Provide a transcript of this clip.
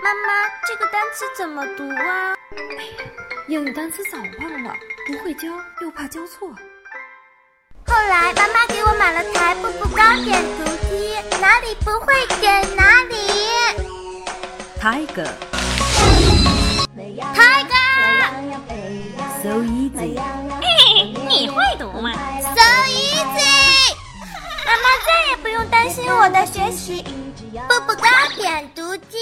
妈妈，这个单词怎么读啊？英语单词早忘了，不会教又怕教错。后来妈妈给我买了台步步高点读机，哪里不会点哪里。 Tiger Tiger so easy，你会读吗？ so easy，妈妈再也不用担心我的学习。步步高点读机。